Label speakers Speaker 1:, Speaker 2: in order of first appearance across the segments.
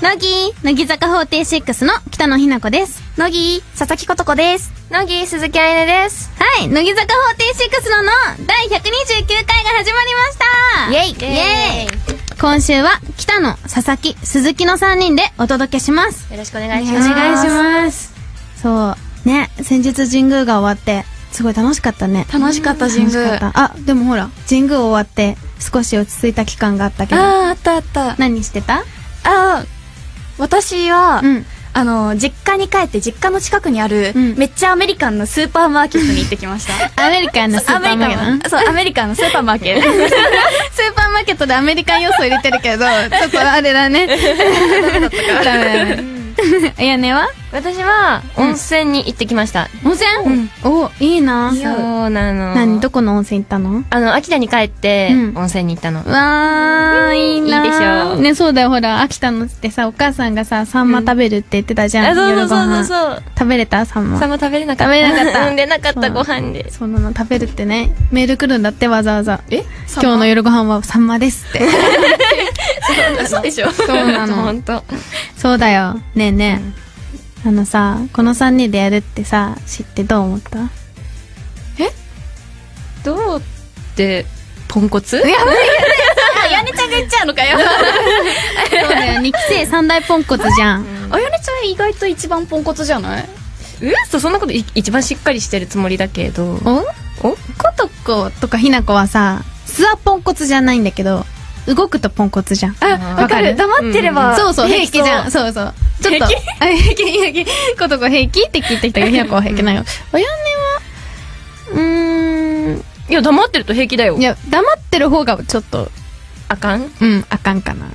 Speaker 1: 乃木乃木坂46の北野日な子です。
Speaker 2: 乃木佐々木琴子です乃木鈴木愛音です
Speaker 1: はい、乃木坂46のの第129回が始まりました
Speaker 2: イェイ
Speaker 1: イェイ今週は北野、佐々木、鈴木の3人でお届けします。
Speaker 2: よろしくお
Speaker 1: お
Speaker 2: 願いし
Speaker 1: 願
Speaker 2: ま
Speaker 1: い
Speaker 2: す
Speaker 1: しますそうね先日神宮が終わってすごい楽しかったね
Speaker 3: 楽しかった神宮
Speaker 1: 楽しかったあでもほら神宮終わって少し落ち着いた期間があったけど
Speaker 3: あああったあった
Speaker 1: 何してた
Speaker 3: あー私は、
Speaker 1: うん
Speaker 3: あの実家に帰って実家の近くにある、
Speaker 1: うん
Speaker 3: めっちゃアメリカンのスーパーマーケットに行ってきました
Speaker 1: アメリカンのスーパーマーケットな
Speaker 3: トそうアメリカンのスーパーマーケット
Speaker 1: スーパーマーケットでアメリカン要素入れてる けどちょっとあれだねダメだねあやねは
Speaker 2: 私は温泉に行ってきました、
Speaker 1: 温泉おいいな
Speaker 2: そうなの
Speaker 1: 何どこの温泉行ったの
Speaker 2: あの秋田に帰って
Speaker 1: うん
Speaker 2: 温泉に行ったの、
Speaker 1: わー、いいない
Speaker 2: いでしょ
Speaker 1: ね、そうだよ、ほら、秋田のってさ、お母さんがさ、サンマ食べるって言ってたじゃん。
Speaker 2: あそうそ
Speaker 1: 夜ご
Speaker 2: うそうそ
Speaker 1: 飯
Speaker 2: うそう
Speaker 1: 食べれたサン
Speaker 2: サ
Speaker 1: マ。
Speaker 2: ンマ食べれなかった
Speaker 1: 食べれなか った
Speaker 2: うん出なかった
Speaker 1: そう
Speaker 2: ご飯で
Speaker 1: そうなの、食べるってね。メール来るんだって、わざわざ。
Speaker 3: え
Speaker 1: 今日の夜ご飯はサンマです って。
Speaker 2: 嘘でしょ
Speaker 1: そうなの
Speaker 2: 本当
Speaker 1: そうだよ。ねえねえ。あのさ、この3人でやるってさ、知ってどう思 ったや
Speaker 2: どうってポンコツ
Speaker 1: ばい
Speaker 3: あやねちゃんが言っちゃうのか よ
Speaker 1: そうだよ。2期生3大ポンコツじゃん。
Speaker 3: あやねちゃん意外と一番ポンコツじゃないう
Speaker 2: そそんなことい一番しっかりしてるつもりだけど
Speaker 1: お
Speaker 2: お
Speaker 1: ことことかひなこはさ、素はポンコツじゃないんだけど、動くとポンコツじゃん。
Speaker 3: あ
Speaker 1: わかる
Speaker 3: 黙ってれば、
Speaker 1: そうそう、平
Speaker 3: 平
Speaker 1: 気
Speaker 3: 気
Speaker 1: じゃん。
Speaker 3: ん
Speaker 1: そうそう。ちょっと、あ平気平気。ことこ平気って聞いてきたけど、ひなこは平気なよ。おやねは、う
Speaker 2: いや黙ってると平気だ
Speaker 1: ー
Speaker 2: よ
Speaker 1: ん、いや、黙ってる方がちょっと、
Speaker 2: あかん
Speaker 1: うん、あかんかな。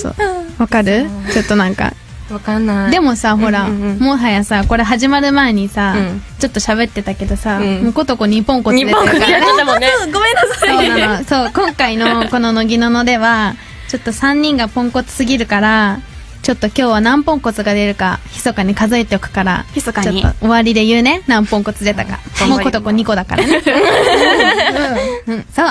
Speaker 1: そう。わかるちょっとなんか。
Speaker 2: わかんない
Speaker 1: でもさ、ほら、
Speaker 2: うんうんうん
Speaker 1: もはやさ、これ始まる前にさ
Speaker 2: うん、
Speaker 1: ちょっと喋ってたけどさ、
Speaker 2: うん
Speaker 1: もうことこにポンコツ出
Speaker 2: 日
Speaker 1: てる
Speaker 2: 本
Speaker 1: か
Speaker 2: 語
Speaker 1: ら
Speaker 2: やっ
Speaker 1: ね
Speaker 2: ち。ゃった もんね
Speaker 3: ごめんなさ
Speaker 1: そうなの。そう、今回のこの乃木ののでは、ちょっと3人がポンコツすぎるから、ちょっと今日は何ポンコツが出るか、密かに数えておくから、
Speaker 3: 密かに
Speaker 1: ちょっと終わりで言うね、何ポンコツ出たか。
Speaker 2: うん
Speaker 1: もうことこ2個だからね。 うんうん そう、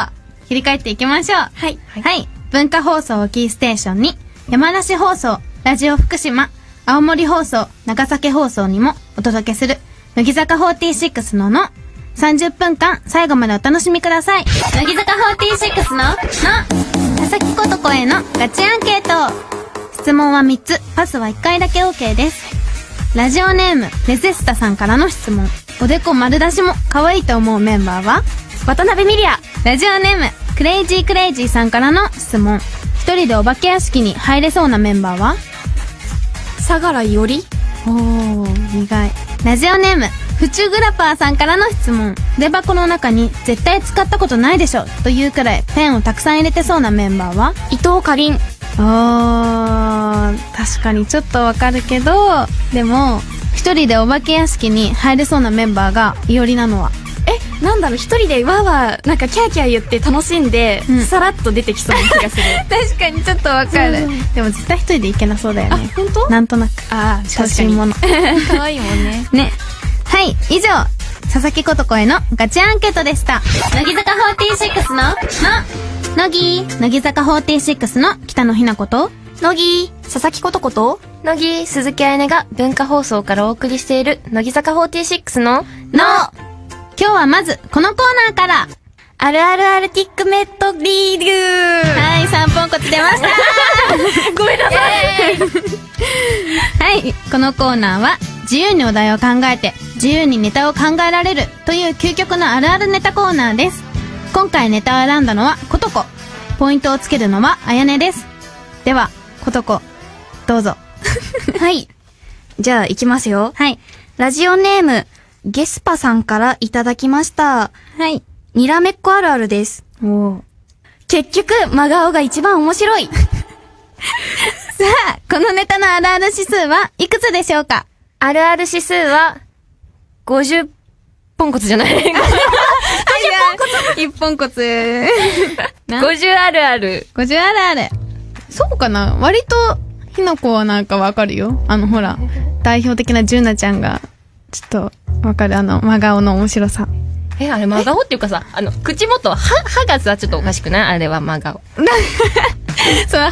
Speaker 1: 切り替えていきましょう。はい。はい。文化放送をキーステーションに、山梨放送、ラジオ福島、青森放送、長崎放送にもお届けする、乃木坂46のの、30分間最後までお楽しみください。乃木坂46のの、佐々木ことこへのガチアンケート。質問は3つ、パスは1回だけ OK です。ラジオネーム、ネセスタさんからの質問。おでこ丸出しも可愛いと思うメンバーは渡辺ミリア。ラジオネーム、クレイジークレイジーさんからの質問。一人でお化け屋敷に入れそうなメンバーはい
Speaker 3: 相良より
Speaker 1: おー、意外。ラジオネーム、府中グラパーさんからの質問。筆箱の中に絶対使ったことないでしょというくらいペンをたくさん入れてそうなメンバーは
Speaker 3: 伊藤かりん
Speaker 1: あー確かにちょっとわかるけどでも一人でお化け屋敷に入れそうなメンバーがいおりなのは
Speaker 3: えなんだろう一人でわーわーなんかキャーキャー言って楽しんで、
Speaker 1: うん
Speaker 3: さらっと出てきそうな気がする
Speaker 1: 確かにちょっとわか
Speaker 3: る
Speaker 1: でも絶対一人で行けなそうだよ
Speaker 3: あ
Speaker 1: ね
Speaker 3: 本当
Speaker 1: なんとなく
Speaker 3: ああ
Speaker 1: 小心者
Speaker 3: 可愛いもんね
Speaker 1: ねはい以上佐々木ことこへのガチアンケートでした乃木坂46の「の」乃木乃木坂46の北野日な子と
Speaker 3: 乃木佐々木ことこと
Speaker 2: 乃木鈴木あやねが文化放送からお送りしている乃木坂46の
Speaker 1: 「の」今日はまずこのコーナーから
Speaker 3: あるあるアルティックメットリーグ
Speaker 1: はい、3ポンコツ出ました
Speaker 3: ごめんなさい
Speaker 1: はい、このコーナーは自由にお題を考えて自由にネタを考えられるという究極のあるあるネタコーナーです。今回ネタを選んだのはことこ。ポイントをつけるのはあやねです。では、ことこ、どうぞ。
Speaker 3: はいじゃあ行きますよ
Speaker 1: はい。
Speaker 3: ラジオネームゲスパさんからいただきました
Speaker 1: はい。
Speaker 3: にらめっこあるあるです
Speaker 1: おお。
Speaker 3: 結局真顔が一番面白い
Speaker 1: さあ、このネタのあるある指数はいくつでしょうか
Speaker 2: あるある指数は50ポンコツじ ゃない
Speaker 1: 一本コツ。な
Speaker 2: 50あるある
Speaker 1: 50あるある。そうかな割と、ひなこはなんかわかるよ。あの、ほ ら、代表的なジュナちゃんが、ちょっと、わかる。あの、真顔の面白さ。
Speaker 2: えあれ真顔っていうかさあの口元は歯歯がさちょっとおかしくないあれは真顔
Speaker 1: そう、は、は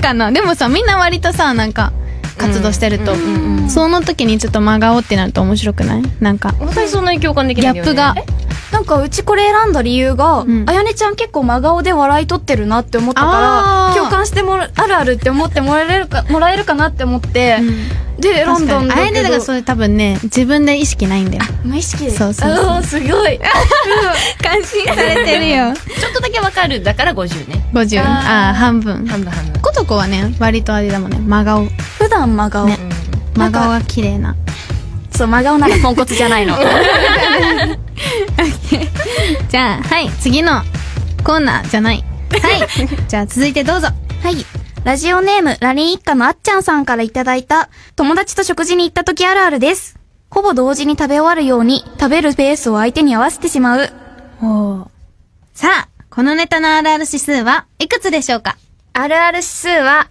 Speaker 1: かな。でもさ、みんな割とさ、なんか、活動してると、その時にちょっと真顔ってなると面白くないなんか、
Speaker 2: 私そんなに共感でき
Speaker 1: ギ
Speaker 2: な
Speaker 1: ャ
Speaker 2: いんだ
Speaker 1: ッ
Speaker 2: よね
Speaker 1: プが。
Speaker 4: なんかうちこれ選んだ理由が、
Speaker 1: うん
Speaker 4: あやねちゃん結構真顔で笑い取ってるなって思ったか
Speaker 1: あー
Speaker 4: ら、共感してもら、あるあるって思ってもらえるか、 もらえるかなって思って、で、選んだんだけど。
Speaker 1: あやねだからそれ多分ね、自分で意識ないんだよ。
Speaker 4: 無意識で。
Speaker 1: そうそうそう
Speaker 4: あーすごい。
Speaker 1: 感心されてるよ。
Speaker 2: ちょっとだけわかるだから50ね
Speaker 1: 50。ああ、半分。
Speaker 2: 半分半分
Speaker 1: ことこはね、割とあれだもんね、真顔。
Speaker 4: 普段真顔。
Speaker 1: ね真顔が綺麗な。
Speaker 4: そう、真顔ならポンコツじ ゃないの。
Speaker 1: じゃあ、はい、次のコーナーじゃない。 はい。じゃあ、続いてどうぞ。
Speaker 3: はい。ラジオネーム、ラリン一家のあっちゃんさんからいただいた、友達と食事に行った時あるあるです。ほぼ同時に食べ終わるように、食べるペースを相手に合わせてしまう。
Speaker 1: さあ、このネタのあるある指数はいくつでしょうか
Speaker 2: あるある指数は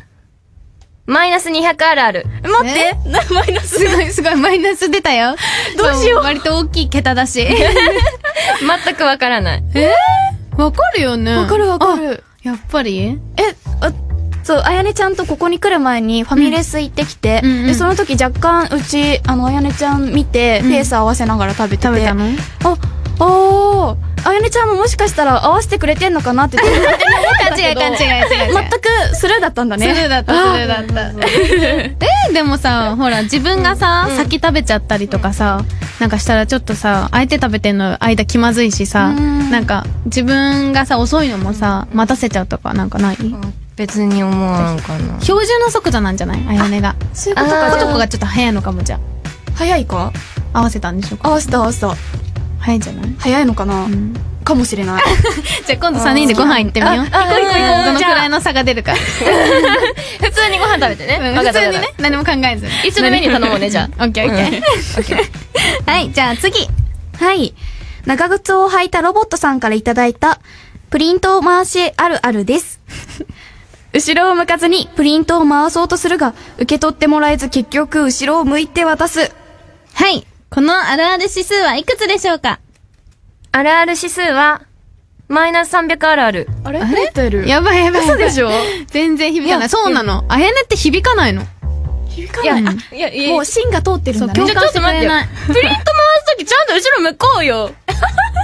Speaker 2: マイナス200あるある
Speaker 4: 待って、なマイナス。
Speaker 1: すごいすごいマイナス出たよ。 どうしよう。割と大きい桁だし。
Speaker 2: 全くわからない
Speaker 1: わかるよね。
Speaker 4: わかるわかる。
Speaker 1: あ。やっぱり
Speaker 4: え、あ、そう、あやねちゃんとここに来る前にファミレス行ってきて、
Speaker 1: うんうんうん
Speaker 4: で、その時若干うち、あの、あやねちゃん見て、
Speaker 1: ん
Speaker 4: ペース合わせながら食べてて。
Speaker 1: 食べたの
Speaker 4: あ、あー、あやねちゃんももしかしたら合わせてくれてんのか なって。
Speaker 1: 勘違い勘違い違 う違う。
Speaker 4: 全くスルーだったんだ
Speaker 1: スル
Speaker 4: ね。
Speaker 1: ーだった、スルーだった。 えー、でもさ、ほら、自分がさ、先食べちゃったりとかさ、なんかしたらちょっとさ、相手食べてんの間気まずいしさ、
Speaker 4: うん
Speaker 1: なんか、自分がさ、遅いのもさ、待たせちゃうとかなんかない
Speaker 2: 別に思わんかな
Speaker 1: 標準の速度なんじゃないあやねが。
Speaker 4: そういう
Speaker 2: こ
Speaker 4: ことと
Speaker 2: か
Speaker 4: か。
Speaker 1: コトコがちょっと早いのかもじゃ
Speaker 4: 早いか
Speaker 1: あ。合わせたんでしょうか
Speaker 4: 合わせた合わせた。
Speaker 1: 早いんじゃない
Speaker 4: 早いのかな、
Speaker 1: ん
Speaker 4: かもしれない。
Speaker 1: じゃあ今度3人でご飯行ってみよう。行こう行こう行こう。どのくらいの差が出るか。
Speaker 2: 普通にご飯食べてね
Speaker 1: うん普通にね、何も考えずに。
Speaker 2: 一応メニュー頼もうねじゃ
Speaker 1: オッケーオッケー。はい、じゃあ次。
Speaker 3: はい。長靴を履いたロボットさんからいただいた、プリントを回しあるある です。後ろを向かずに、
Speaker 4: プリントを回そうとするが、受け取ってもらえず結局後ろを向いて渡す。
Speaker 1: はい。このあるある指数はいくつでしょうか
Speaker 2: あるある指数はマイナス300あるある
Speaker 4: あれ増えてる
Speaker 1: やばいやばい。
Speaker 4: 嘘でしょ
Speaker 1: 全然響かな
Speaker 4: い
Speaker 1: い。
Speaker 4: や
Speaker 1: そうなの。あやねって響かないの。
Speaker 4: 響か
Speaker 2: いや
Speaker 4: ないい。
Speaker 2: やい
Speaker 4: あ
Speaker 2: や
Speaker 4: もう芯が通ってるんだ
Speaker 1: そう共
Speaker 4: ね。
Speaker 2: ちょ
Speaker 1: 感
Speaker 2: っと待ってよ
Speaker 1: して
Speaker 2: プリント回すときちゃんと後ろ向こう よ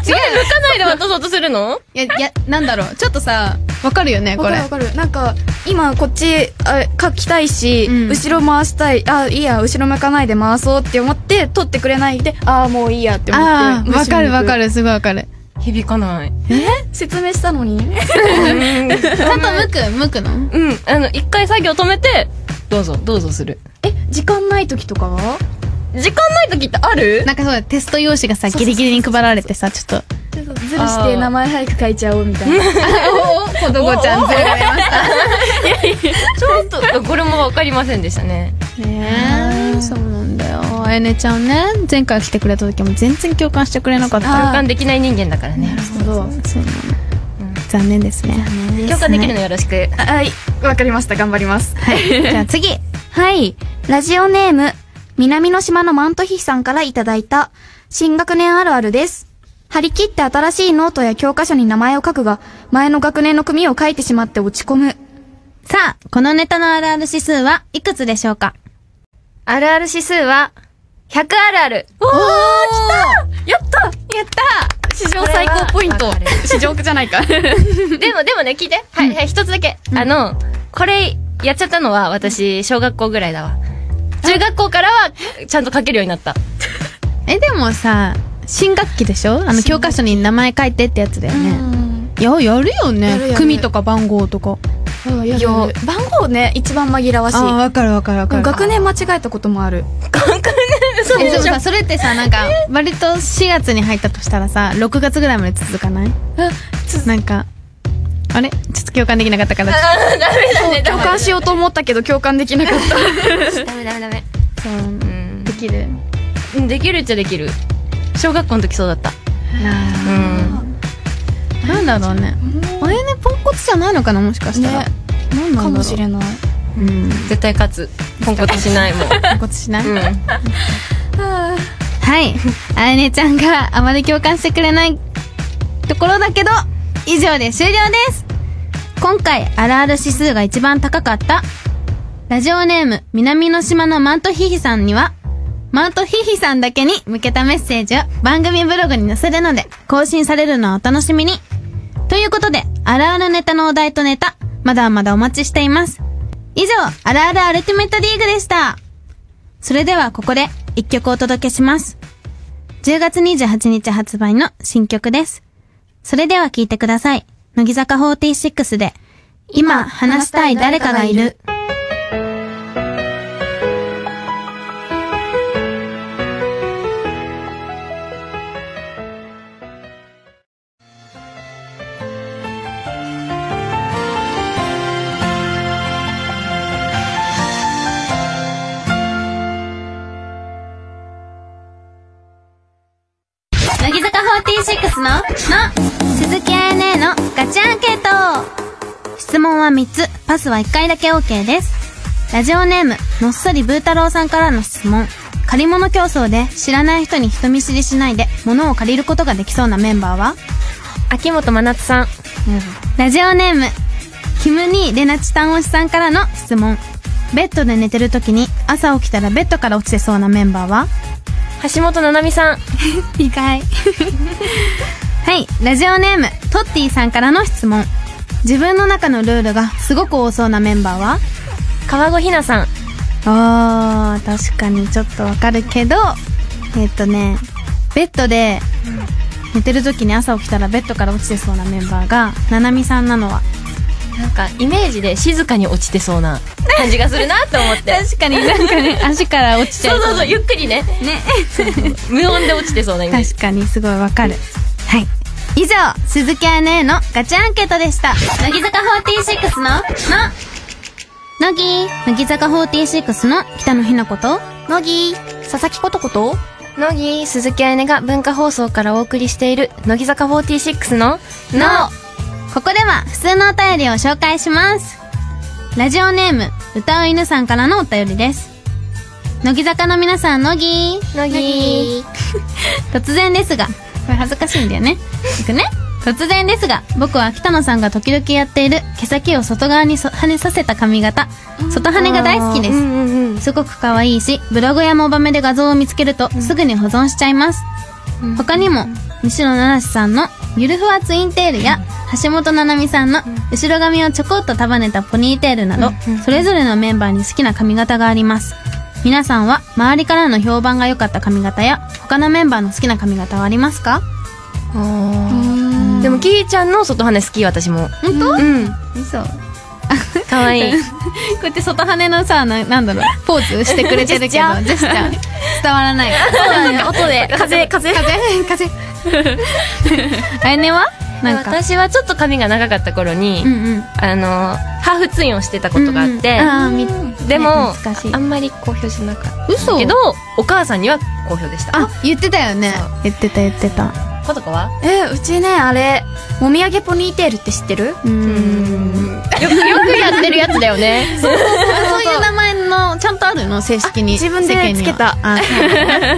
Speaker 2: 違う向かないで渡そうとするの
Speaker 1: いや、いや、なんだろう。ちょっとさ、わかるよね、こ
Speaker 4: わ
Speaker 1: れ
Speaker 4: かる。わかる。なんか、今こっち、あ書きたいし、
Speaker 1: うん
Speaker 4: 後ろ回したい、あ、いいや、後ろ向かないで回そうって思って、取ってくれないで、ああ、もういいやって思って。
Speaker 1: ああ、わかるわか
Speaker 4: る。
Speaker 1: る。すごいわかる。
Speaker 2: 響か ない
Speaker 4: 説明したのに。
Speaker 1: ちゃんと向く、向くの
Speaker 2: うんあの一回作業止めてどうぞどうぞする
Speaker 4: え、時間ない時とかは
Speaker 2: 時間ないときってある
Speaker 1: なんかそうだ、テスト用紙がさ、ギリギリに配られてさ、ちょっと。
Speaker 4: ちょっとズルして名前早く書いちゃおうみたいな。
Speaker 1: おお、子供ちゃん、ずれられました。
Speaker 2: ちょっとこれもわかりませんでしたね
Speaker 1: ねえそうなんだよあやねちゃんね前回来てくれた時も全然共感してくれなかった
Speaker 2: 共感できない人間だからね
Speaker 1: そうそうなの残念ですね
Speaker 2: 共感できるのよろしく
Speaker 4: はい。わかりました。頑張ります。
Speaker 1: はいじゃあ次
Speaker 3: はい。ラジオネーム、南の島のマントヒさんからいただいた、新学年あるあるです。張り切って新しいノートや教科書に名前を書くが、前の学年の組を書いてしまって落ち込む。
Speaker 1: さあこのネタのあるある指数はいくつでしょうか
Speaker 2: あるある指数は100あるある
Speaker 1: おおー
Speaker 4: やったやった史上最高ポイント
Speaker 2: これは。
Speaker 4: 史上じゃないか。
Speaker 2: でも、でもね、聞いて。はい、はい、一つだけ。あの、これ、やっちゃったのは、私、小学校ぐらいだわ。中学校からは、ちゃんと書けるようになった。
Speaker 1: 来 たえでもさ新学期でしょあの教科書に名前書いてってやつだよねいややるよ
Speaker 4: やるや
Speaker 1: ね
Speaker 4: る
Speaker 1: 組とか番号とか
Speaker 4: うん。いや、番号ね、一番紛らわしい。
Speaker 1: あわかるわかるわ
Speaker 4: で
Speaker 1: か
Speaker 4: も
Speaker 1: る
Speaker 4: 学年間違えたこともある。
Speaker 1: えでもさそれってさなんか割と4月に入ったとしたらさ6月ぐらいまで続かないなんか、あれちょっと共感できなかったから。
Speaker 4: そう共感しようと思ったけど共感できなかった。
Speaker 2: ダメダメダメ。
Speaker 1: そう、
Speaker 2: うん
Speaker 1: できる。
Speaker 2: うん。できるっちゃできる。小学校の時そうだった。
Speaker 1: な
Speaker 2: うん。
Speaker 1: あなんだろうね。あやねポンコツじゃないのかなもしかしたら。
Speaker 4: ね
Speaker 1: なんなんだろう
Speaker 4: かもしれない。
Speaker 1: うん。
Speaker 2: 絶対勝つ。ポンコツしないもん。
Speaker 1: ポンコツしない、
Speaker 2: うん。
Speaker 1: はい。あやねちゃんがあまり共感してくれないところだけど、以上で終了です。今回あるある指数が一番高かったラジオネーム南の島のマントヒヒさんにはマントヒヒさんだけに向けたメッセージを番組ブログに載せるので更新されるのをお楽しみにということであるあるネタのお題とネタまだまだお待ちしています以上あるあるアルティメットリーグでしたそれではここで一曲お届けします10月28日発売の新曲ですそれでは聴いてください乃木坂46で今話したい誰かがいる乃木坂46のの鈴木彩音のガチアンケート質問は3つパスは1回だけ OK ですラジオネームのっそりブー太郎さんからの質問借り物競争で知らない人に人見知りしないで物を借りることができそうなメンバーは
Speaker 2: 秋元真夏さん。
Speaker 1: ラジオネーム、キムニーレナチタン推しさんからの質問。ベッドで寝てる時に朝起きたらベッドから落ちてそうなメンバーは
Speaker 2: 橋本七海さん。
Speaker 1: 意外。 はい、ラジオネーム、トッティさんからの質問。自分の中のルールがすごく多そうなメンバーは
Speaker 2: 川越ひなさん。
Speaker 1: あー、確かにちょっとわかるけど、えっとね、ベッドで寝てる時に朝起きたらベッドから落ちてそうなメンバーが、ななみさんなのは
Speaker 2: なんか、イメージで静かに落ちてそうな感じがするなと思って。
Speaker 1: 確かになんか ね足から落ちちゃ
Speaker 2: そううそうそう、ゆっくりね。
Speaker 1: ね
Speaker 2: 無音で落ちてそうなイメージ。
Speaker 1: 確かにすごいわかるはい以上鈴木彩音のガチアンケートでした乃木坂46の「の」乃木乃木坂46の北野日向子と
Speaker 3: 乃木、佐々木ことこと
Speaker 2: 乃木、鈴木あやねが文化放送からお送りしている、乃木坂46の、
Speaker 1: 「の」ここでは普通のお便りを紹介しますラジオネーム歌う犬さんからのお便りです乃木坂の皆さん乃木
Speaker 2: 乃木。
Speaker 1: 突然ですがこれ恥ずかしいんだよねいくね突然ですが僕は北野さんが時々やっている毛先を外側にそ跳ねさせた髪型外跳ねが大好きです、すごく可愛いしブログやモバメで画像を見つけるとすぐに保存しちゃいます、他にも西野七瀬さんのゆるふわツインテールや橋本七海さんの後ろ髪をちょこっと束ねたポニーテールなどそれぞれのメンバーに好きな髪型があります皆さんは周りからの評判が良かった髪型や他のメンバーの好きな髪型はありますか
Speaker 2: でも、キーちゃんの外羽好き、私も。
Speaker 1: 本当
Speaker 2: うん。
Speaker 1: そう
Speaker 2: かわ いい。
Speaker 1: こうやって外羽のさななんだろうポーズしてくれてるけどジェスチャー伝わら ない
Speaker 2: 音で、風、
Speaker 1: 風
Speaker 2: 風。
Speaker 1: 風あやねはなんか
Speaker 2: 私はちょっと髪が長かった頃に、
Speaker 1: うんうん
Speaker 2: あのハーフツインをしてたことがあって、
Speaker 1: あーみ
Speaker 2: でも、
Speaker 1: ね懐かしい
Speaker 2: あんまり好評しなかっ
Speaker 1: 嘘
Speaker 2: たけどお母さんには好評でした
Speaker 1: あ言ってたよね言ってた言ってた
Speaker 2: ことかは
Speaker 4: えうちねあれもみあげポニーテールって知ってる
Speaker 1: うん
Speaker 2: よくよくやってるやつだよ ね
Speaker 1: そういう名前のちゃんとあるの正式に
Speaker 4: あ自分で
Speaker 1: 世間には
Speaker 4: つけた
Speaker 1: あ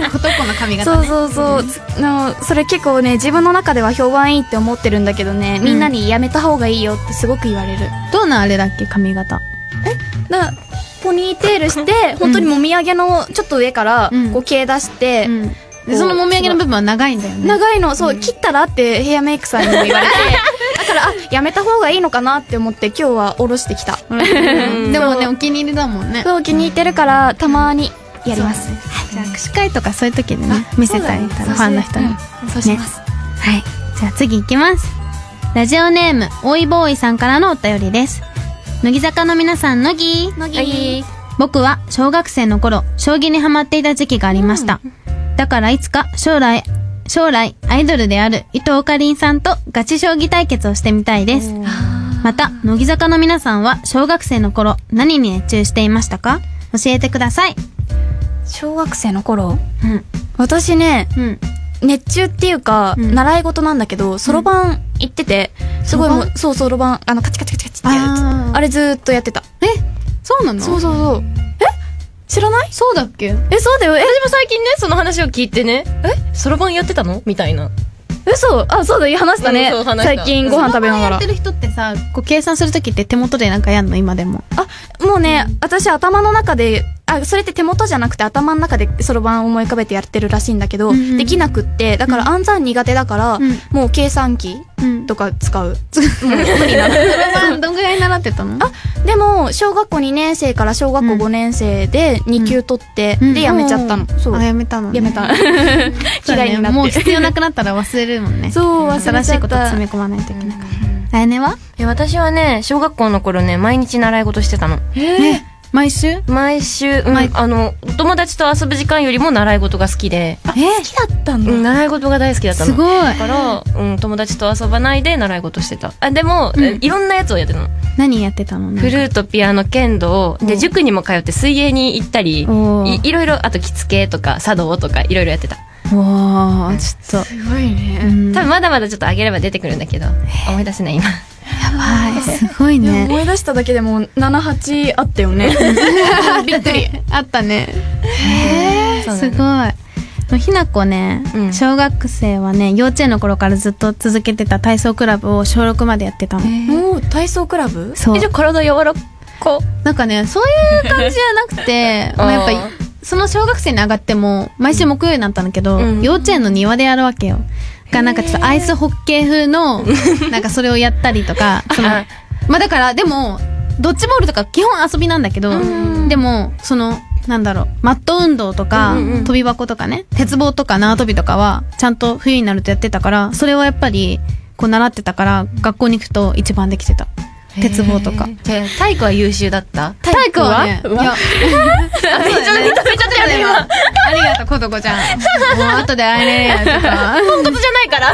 Speaker 1: そうことこの髪型
Speaker 4: そう
Speaker 1: ね
Speaker 4: そうそう、つのそれ結構ね自分の中では評判いいって思ってるんだけどねみんなにやめた方がいいよってすごく言われる、
Speaker 1: どうなんあれだっけ髪型
Speaker 4: だからポニーテールして本当にもみあげのちょっと上から
Speaker 1: うん
Speaker 4: こう毛出して、
Speaker 1: でそのもみあげの部分は長いんだよね
Speaker 4: 長いのそう、切ったらってヘアメイクさんにも言 われてだからあやめた方がいいのかなって思って今日は下ろしてきた
Speaker 1: でもねお気に入りだもんね
Speaker 4: そう気に入ってるからたまにやります
Speaker 1: じゃあ握手会とかそういう時でね見せたりたら
Speaker 4: そう
Speaker 1: ファンの人に
Speaker 4: そうします、
Speaker 1: はい。じゃあ次行きます。ラジオネーム、おいボーイさんからのお便りです。乃木坂の皆さん、乃木乃木僕は小学生の頃、将棋にハマっていた時期がありました。だからいつか将来、将来、アイドルである伊藤かりんさんとガチ将棋対決をしてみたいです。また、乃木坂の皆さんは小学生の頃、何に熱中していましたか教えてください。
Speaker 4: 小学生の頃
Speaker 1: うん。
Speaker 4: 私ね
Speaker 1: うん。
Speaker 4: 熱中っていうか、
Speaker 1: うん
Speaker 4: 習い事なんだけどそろばん行ってて、すごいもうそうそろばんあのカチカチカチカチってやるやつ
Speaker 1: あ
Speaker 4: あ
Speaker 1: ー
Speaker 4: れずーっとやってた
Speaker 1: え、そうなの
Speaker 4: そうそうそうえ知らない
Speaker 1: そうだっけ
Speaker 4: えそうだよえ
Speaker 2: 私も最近ねその話を聞いてねえそろばんやってたのみたいな
Speaker 4: 嘘あ、そうだ、話したね。
Speaker 2: うんそう話した
Speaker 4: 最近ご飯食べながら
Speaker 1: やって。る人ってさ、こう計算するときって手元でなんかやんの今でも。
Speaker 4: あ、もうね、私頭の中で、あ、それって手元じゃなくて頭の中でそろばん思い浮かべてやってるらしいんだけど、
Speaker 1: うんうん
Speaker 4: できなくって、だから暗算苦手だから、
Speaker 1: ん。
Speaker 4: もう計算機
Speaker 1: うん。
Speaker 4: とか使う。
Speaker 1: どんぐらい習ってたのあ、
Speaker 4: でも、小学校2年生から小学校
Speaker 1: うん
Speaker 4: 5年生で2級取って、
Speaker 1: うん
Speaker 4: で、やめちゃったの。そう。
Speaker 1: やめたのね。
Speaker 4: や めた。
Speaker 1: そうだね
Speaker 4: 嫌いになって
Speaker 1: もう必要なくなったら忘れるもんね。
Speaker 4: そう、忘れちゃ
Speaker 1: 新
Speaker 4: った。
Speaker 1: しいこと詰め込まないといけないから。来年は
Speaker 2: え私はね、小学校の頃ね、毎日習い事してたの。
Speaker 1: ね、毎週え
Speaker 2: 毎週、うん
Speaker 1: 毎
Speaker 2: あの、お友達と遊ぶ時間よりも習い事が好きで、
Speaker 4: 好きだったんだ。
Speaker 2: うん、習い事が大好きだった
Speaker 1: す
Speaker 2: の。
Speaker 1: ごい。
Speaker 2: だから、うん、友達と遊ばないで習い事してた。あ、でも、
Speaker 1: うん
Speaker 2: えいろんなやつをやってたの。
Speaker 1: 何やってたの
Speaker 2: フルート、ピアノ、剣道、
Speaker 1: う
Speaker 2: で、
Speaker 1: ん
Speaker 2: 塾にも通って水泳に行ったり、
Speaker 1: お
Speaker 2: い
Speaker 1: ー
Speaker 2: いろいろ、あと着付けとか茶道とかいろいろやってた。
Speaker 1: おーちょっと。
Speaker 4: すごいね。
Speaker 1: うん
Speaker 2: 多分まだまだちょっと上げれば出てくるんだけど、思い出せない今。
Speaker 1: はい、すごい
Speaker 4: いや
Speaker 1: ね。
Speaker 4: 思い出しただけでも7、8あったよね。
Speaker 1: びっくり。 あったね。へえ、
Speaker 2: そう
Speaker 1: す
Speaker 2: なの
Speaker 1: ごい。もうひなこね、
Speaker 2: うん
Speaker 1: 小学生はね、幼稚園の頃からずっと続けてた体操クラブを小6までやってたの。
Speaker 4: もう体操クラブ
Speaker 1: そう
Speaker 2: え、じゃ。あ体柔らか、
Speaker 1: なんかね、そういう感じじゃなくてまあやっぱり
Speaker 2: あ、
Speaker 1: その小学生に上がっても、毎週木曜日になったんだけど、
Speaker 2: うん
Speaker 1: 幼稚園の庭でやるわけよ。が、なんかちょっとアイスホッケー風 の、なんかそれをやったりとか、その、
Speaker 2: あ
Speaker 1: まあだから、でも、ドッジボールとか基本遊びなんだけど、
Speaker 4: うん
Speaker 1: でも、その、なんだろう、マット運動とか、
Speaker 2: うんうんうん
Speaker 1: 飛び箱とかね、鉄棒とか縄跳びとかは、ちゃんと冬になるとやってたから、それはやっぱり、こう習ってたから、学校に行くと一番できてた。鉄棒とか。
Speaker 2: じゃあ体育は優秀だった
Speaker 1: 体育はね、いや、
Speaker 2: あめっちゃ認めちゃったよね、今。
Speaker 1: ありがとう、コトコちゃん。もう後で会えねえやと か。
Speaker 2: ポンコツじゃないから。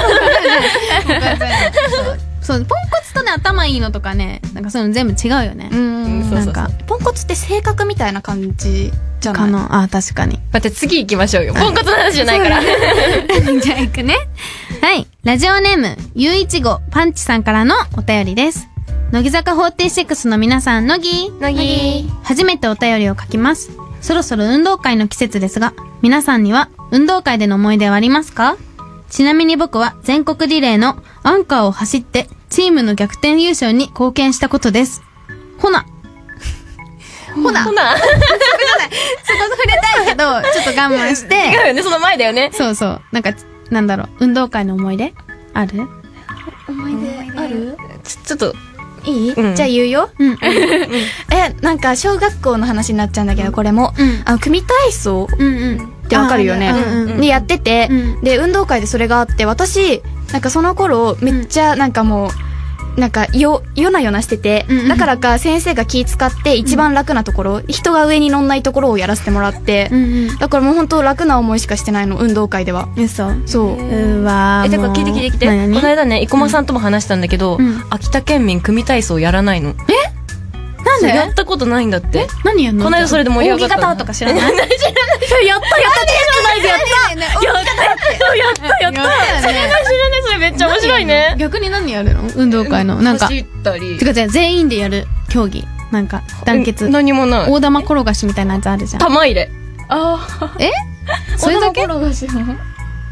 Speaker 1: そう、ポンコツとね、頭いいのとかね、なんかそういうの全部違うよね
Speaker 4: う。
Speaker 2: うん
Speaker 4: ん
Speaker 2: そうそうそう
Speaker 1: なんか
Speaker 4: ポンコツって性格みたいな感じじゃ
Speaker 1: か
Speaker 4: ない
Speaker 1: な。あ、確かに。
Speaker 2: 待って、次行きましょうよ。ポンコツの話じゃないか ら。
Speaker 1: じゃあ行くね。はい。ラジオネーム、ゆういちごパンチさんからのお便りです。乃木坂46の皆さん、乃木
Speaker 2: 乃木。
Speaker 1: 初めてお便りを書きます。そろそろ運動会の季節ですが、皆さんには運動会での思い出はありますかちなみに僕は全国リレーのアンカーを走って、チームの逆転優勝に貢献したことです。ほな。ほな。そ
Speaker 2: ほ
Speaker 1: こ
Speaker 2: な。
Speaker 1: 触れたいけど、ちょっと我慢して。
Speaker 2: 違うよね、その前だよね。
Speaker 1: そうそう。なんか、なんだろう、運動会の思い出ある
Speaker 4: ある
Speaker 2: ちょちょっと、
Speaker 4: いい、
Speaker 2: うん
Speaker 4: じゃあ言うよ。
Speaker 1: うん。
Speaker 4: え、なんか小学校の話になっちゃうんだけど、これも。
Speaker 1: うん
Speaker 4: あの、組体操っ
Speaker 1: うんうん。
Speaker 4: てわかるよね。
Speaker 1: あーうんうん
Speaker 2: うん
Speaker 4: で、やってて、
Speaker 1: うん
Speaker 4: で、運動会でそれがあって、私、なんかその頃、めっちゃなんかもう、なんかよ、よなよなしてて、
Speaker 1: うんうん
Speaker 4: だからか先生が気使って一番楽なところ、人が上に乗んないところをやらせてもらって、
Speaker 1: うんうん。
Speaker 4: だからもう本当楽な思いしかしてないの、運動会では。
Speaker 1: 嘘。う
Speaker 4: そう。
Speaker 1: ーわー。
Speaker 2: え、てか聞いて聞いて聞いて。こ
Speaker 1: 何
Speaker 2: の
Speaker 1: 々
Speaker 2: 間ね、生駒さんとも話したんだけど
Speaker 1: うん、
Speaker 2: 秋田県民組体操やらないの。
Speaker 1: なん
Speaker 2: や
Speaker 1: で
Speaker 2: ったことないんだって。
Speaker 1: 何やんの
Speaker 2: この間それで盛り上がったの
Speaker 1: 扇形とか知 らない。
Speaker 4: やったやった
Speaker 1: やった
Speaker 2: やったやったやった
Speaker 1: よね
Speaker 2: 面白いね、それめっちゃ面白いね。
Speaker 1: 逆に何やるの運動会の。なんか、
Speaker 2: 走
Speaker 1: て
Speaker 2: ったり。
Speaker 1: かじゃあ全員でやる競技。なんか、団結
Speaker 2: うん。何もない。
Speaker 1: 大玉転がしみたいなやつあるじゃん。
Speaker 2: 玉入れ。
Speaker 1: えそれだけ
Speaker 4: 転がしの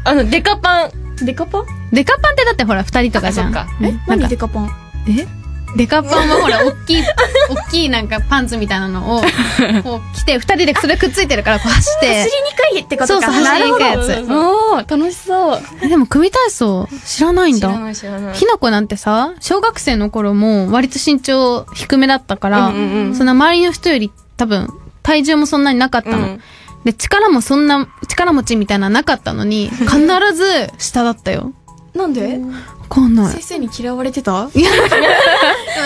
Speaker 2: あの、デカパン。
Speaker 4: デカパン
Speaker 1: デカパンってだってほら、二人とかじゃん。
Speaker 2: あそっか
Speaker 1: うん
Speaker 4: え
Speaker 1: なん
Speaker 4: 何
Speaker 1: か
Speaker 4: デカパン
Speaker 1: えデカパンはほら、大 きい、大きいなんかパンツみたいなのを、こう着て、二人でそれくっついてるから、こう走って。
Speaker 4: りにくいってこ
Speaker 1: そうそう、走りに行くや
Speaker 2: なるほ
Speaker 1: つ。
Speaker 2: ど
Speaker 4: おー、楽しそう。
Speaker 1: えでも、組体操、知らないん
Speaker 2: 知ら
Speaker 1: だ。
Speaker 2: ない知らない。
Speaker 1: ひなこなんてさ、小学生の頃も、割と身長低めだったから、
Speaker 2: うんうんうん
Speaker 1: そんな周りの人より、多分、体重もそんなになかったの。
Speaker 2: うん
Speaker 1: で、力もそんな、力持ちみたいなのなかったの に、必ず、下だったよ。
Speaker 4: なんで
Speaker 1: わかんない。
Speaker 4: 先生に嫌われてたあ
Speaker 1: でも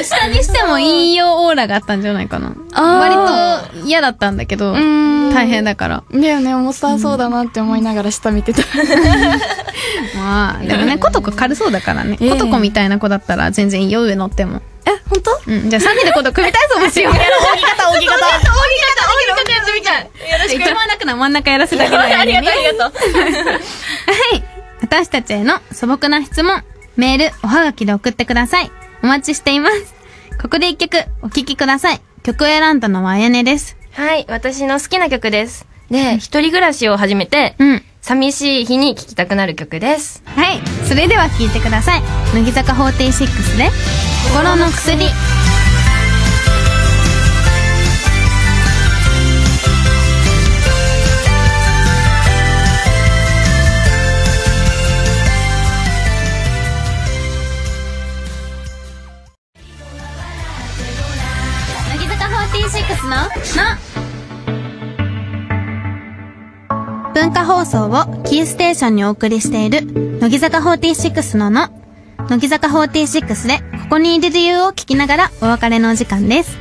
Speaker 1: 下にしても引用オーラがあったんじゃないかな。
Speaker 4: あ
Speaker 1: 割と嫌だったんだけど、
Speaker 4: ん
Speaker 1: 大変だから。
Speaker 4: だよね、重さそうだなって思いながら下見てた。
Speaker 1: まあ、でもね、ことこ軽そうだからね。
Speaker 4: ええ
Speaker 1: ことこみたいな子だったら全然いいよ、上乗っても。
Speaker 4: え、本当？
Speaker 1: うん。じゃあ3人で今度組体操もしよ う。
Speaker 4: 大き方、大き方。
Speaker 2: ありがとうやってみたい。よろし
Speaker 1: 一
Speaker 2: く。
Speaker 1: 番楽な真ん中やらせたけない
Speaker 2: あ
Speaker 1: のに
Speaker 2: りがとう、ありがとう。
Speaker 1: はい。私たちへの素朴な質問、メール、おはがきで送ってください。お待ちしています。ここで一曲、お聴きください。曲を選んだのはあやねです。
Speaker 2: はい、私の好きな曲です。で、一人暮らしを始めて、
Speaker 1: うん。
Speaker 2: 寂しい日に聴きたくなる曲です。
Speaker 1: はい。それでは聴いてください。乃木坂46で、心の薬。乃木坂46の、の文化放送をキーステーションにお送りしている、乃木坂46のの、乃木坂46で、ここにいる理由を聞きながらお別れのお時間です。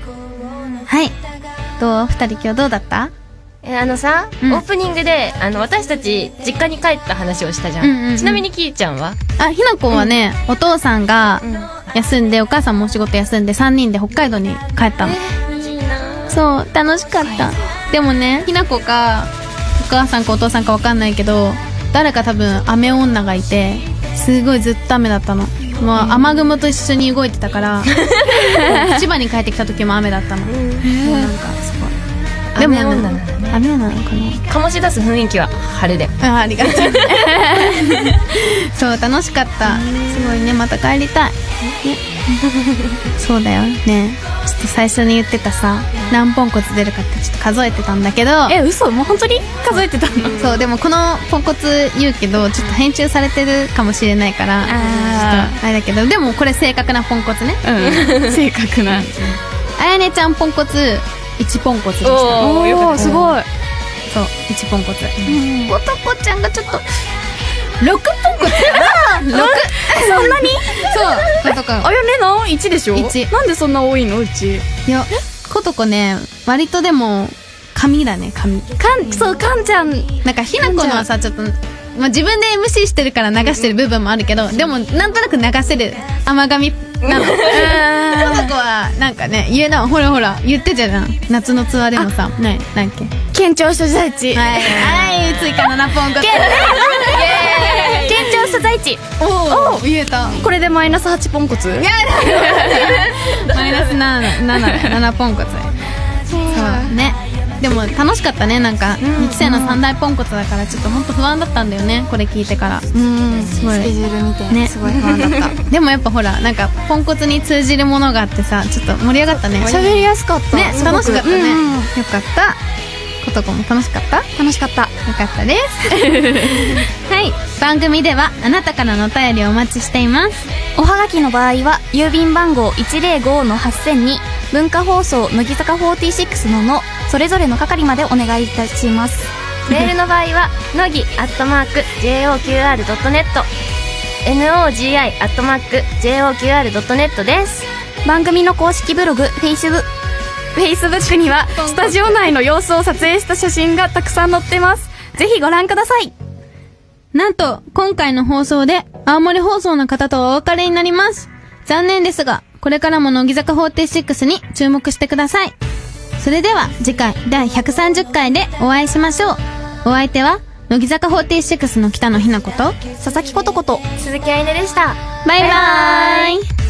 Speaker 1: はい。どう二人今日どうだった
Speaker 2: え、あのさ、
Speaker 1: うん
Speaker 2: オープニングで、あの、私たち、実家に帰った話をしたじゃん。
Speaker 1: うんうんうん
Speaker 2: ちなみにきーちゃんは
Speaker 1: あ、ひなこはね、お父さんが
Speaker 2: ん
Speaker 1: 休んで、お母さんもお仕事休んで、三人で北海道に帰ったの。
Speaker 2: いいな
Speaker 1: そう、楽しかった。でもね、ひなこか、お母さんかお父さんかわかんないけど、誰か多分雨女がいて、すごいずっと雨だったの。もう雨雲と一緒に動いてた から、千葉に帰ってきた時も雨だったの。もうなんかすごい。でも、
Speaker 2: 雨女なんだね
Speaker 1: 雨女なのかな
Speaker 2: 醸し出す雰囲気は晴れで。
Speaker 1: あありがとう そう楽しかったすごいねまた帰りたい、ねそうだよねちょっと最初に言ってたさ何ポンコツ出るかってちょっと数えてたんだけど
Speaker 4: え、嘘もう本当に数えてたの
Speaker 1: そうでもこのポンコツ言うけどちょっと編集されてるかもしれないから
Speaker 4: あ
Speaker 1: ちょっとあれだけどでもこれ正確なポンコツね
Speaker 4: うん。正確な。
Speaker 1: あやねちゃんポンコツ1ポンコツでした
Speaker 2: おーよかった
Speaker 4: おー、すごい。
Speaker 1: そう1ポンコツポトコちゃんがちょっと6ポンコツか な6
Speaker 4: そんなに
Speaker 1: そう、ことか。
Speaker 4: あやねの ?1 でしょ
Speaker 1: 一
Speaker 4: なんでそんな多いのうち。
Speaker 1: いや、ことこね、割とでも、紙だね、紙。
Speaker 4: かん、そう、かんちゃん。
Speaker 1: なんか、ひなこのはさ、ちょっと、まあ、自分で MC してるから流してる部分もあるけど、でも、なんとなく流せる甘髪なの。ことこは、なんかね、言えな、ほらほら、言ってたじゃん。夏のツアーでもさ、ない、なんっけ。
Speaker 4: 県庁所在地。
Speaker 1: はい、はい、追加7ポンコツ。
Speaker 4: 県庁所在地。
Speaker 1: おお、言えた。
Speaker 4: これでマイナス8ポンコツ
Speaker 1: いやだマイナス7だ7ポンコツそうねでも楽しかったねなんか2期生の三大ポンコツだからちょっと本当不安だったんだよねこれ聞いてから
Speaker 4: うん。
Speaker 1: すごい
Speaker 4: スケジュール見て。
Speaker 1: ね
Speaker 4: すごい不安だった。
Speaker 1: でもやっぱほらなんかポンコツに通じるものがあってさちょっと盛り上がったねね
Speaker 4: 喋りやすかった。すごく
Speaker 1: 楽しかったね、
Speaker 4: うん
Speaker 1: よかったことこも楽しかった
Speaker 4: 楽しかった。
Speaker 1: よかったですはい番組ではあなたからのお便りをお待ちしています
Speaker 3: おはがきの場合は郵便番号105-8000に文化放送乃木坂46ののそれぞれの係までお願いいたします
Speaker 2: メールの場合は、のぎ、アットマーク、joqr.net、nogi、アットマーク、joqr.net です。
Speaker 3: 番組の公式ブログ Facebook
Speaker 4: フェイスブックにはスタジオ内の様子を撮影した写真がたくさん載ってますぜひご覧ください
Speaker 1: なんと、今回の放送で、青森放送の方とお別れになります。残念ですが、これからも乃木坂46に注目してください。それでは、次回第130回でお会いしましょう。お相手は、乃木坂46の北野ひなこと、
Speaker 3: 佐々木ことこと
Speaker 2: 鈴木愛音でした。
Speaker 1: バイバーイ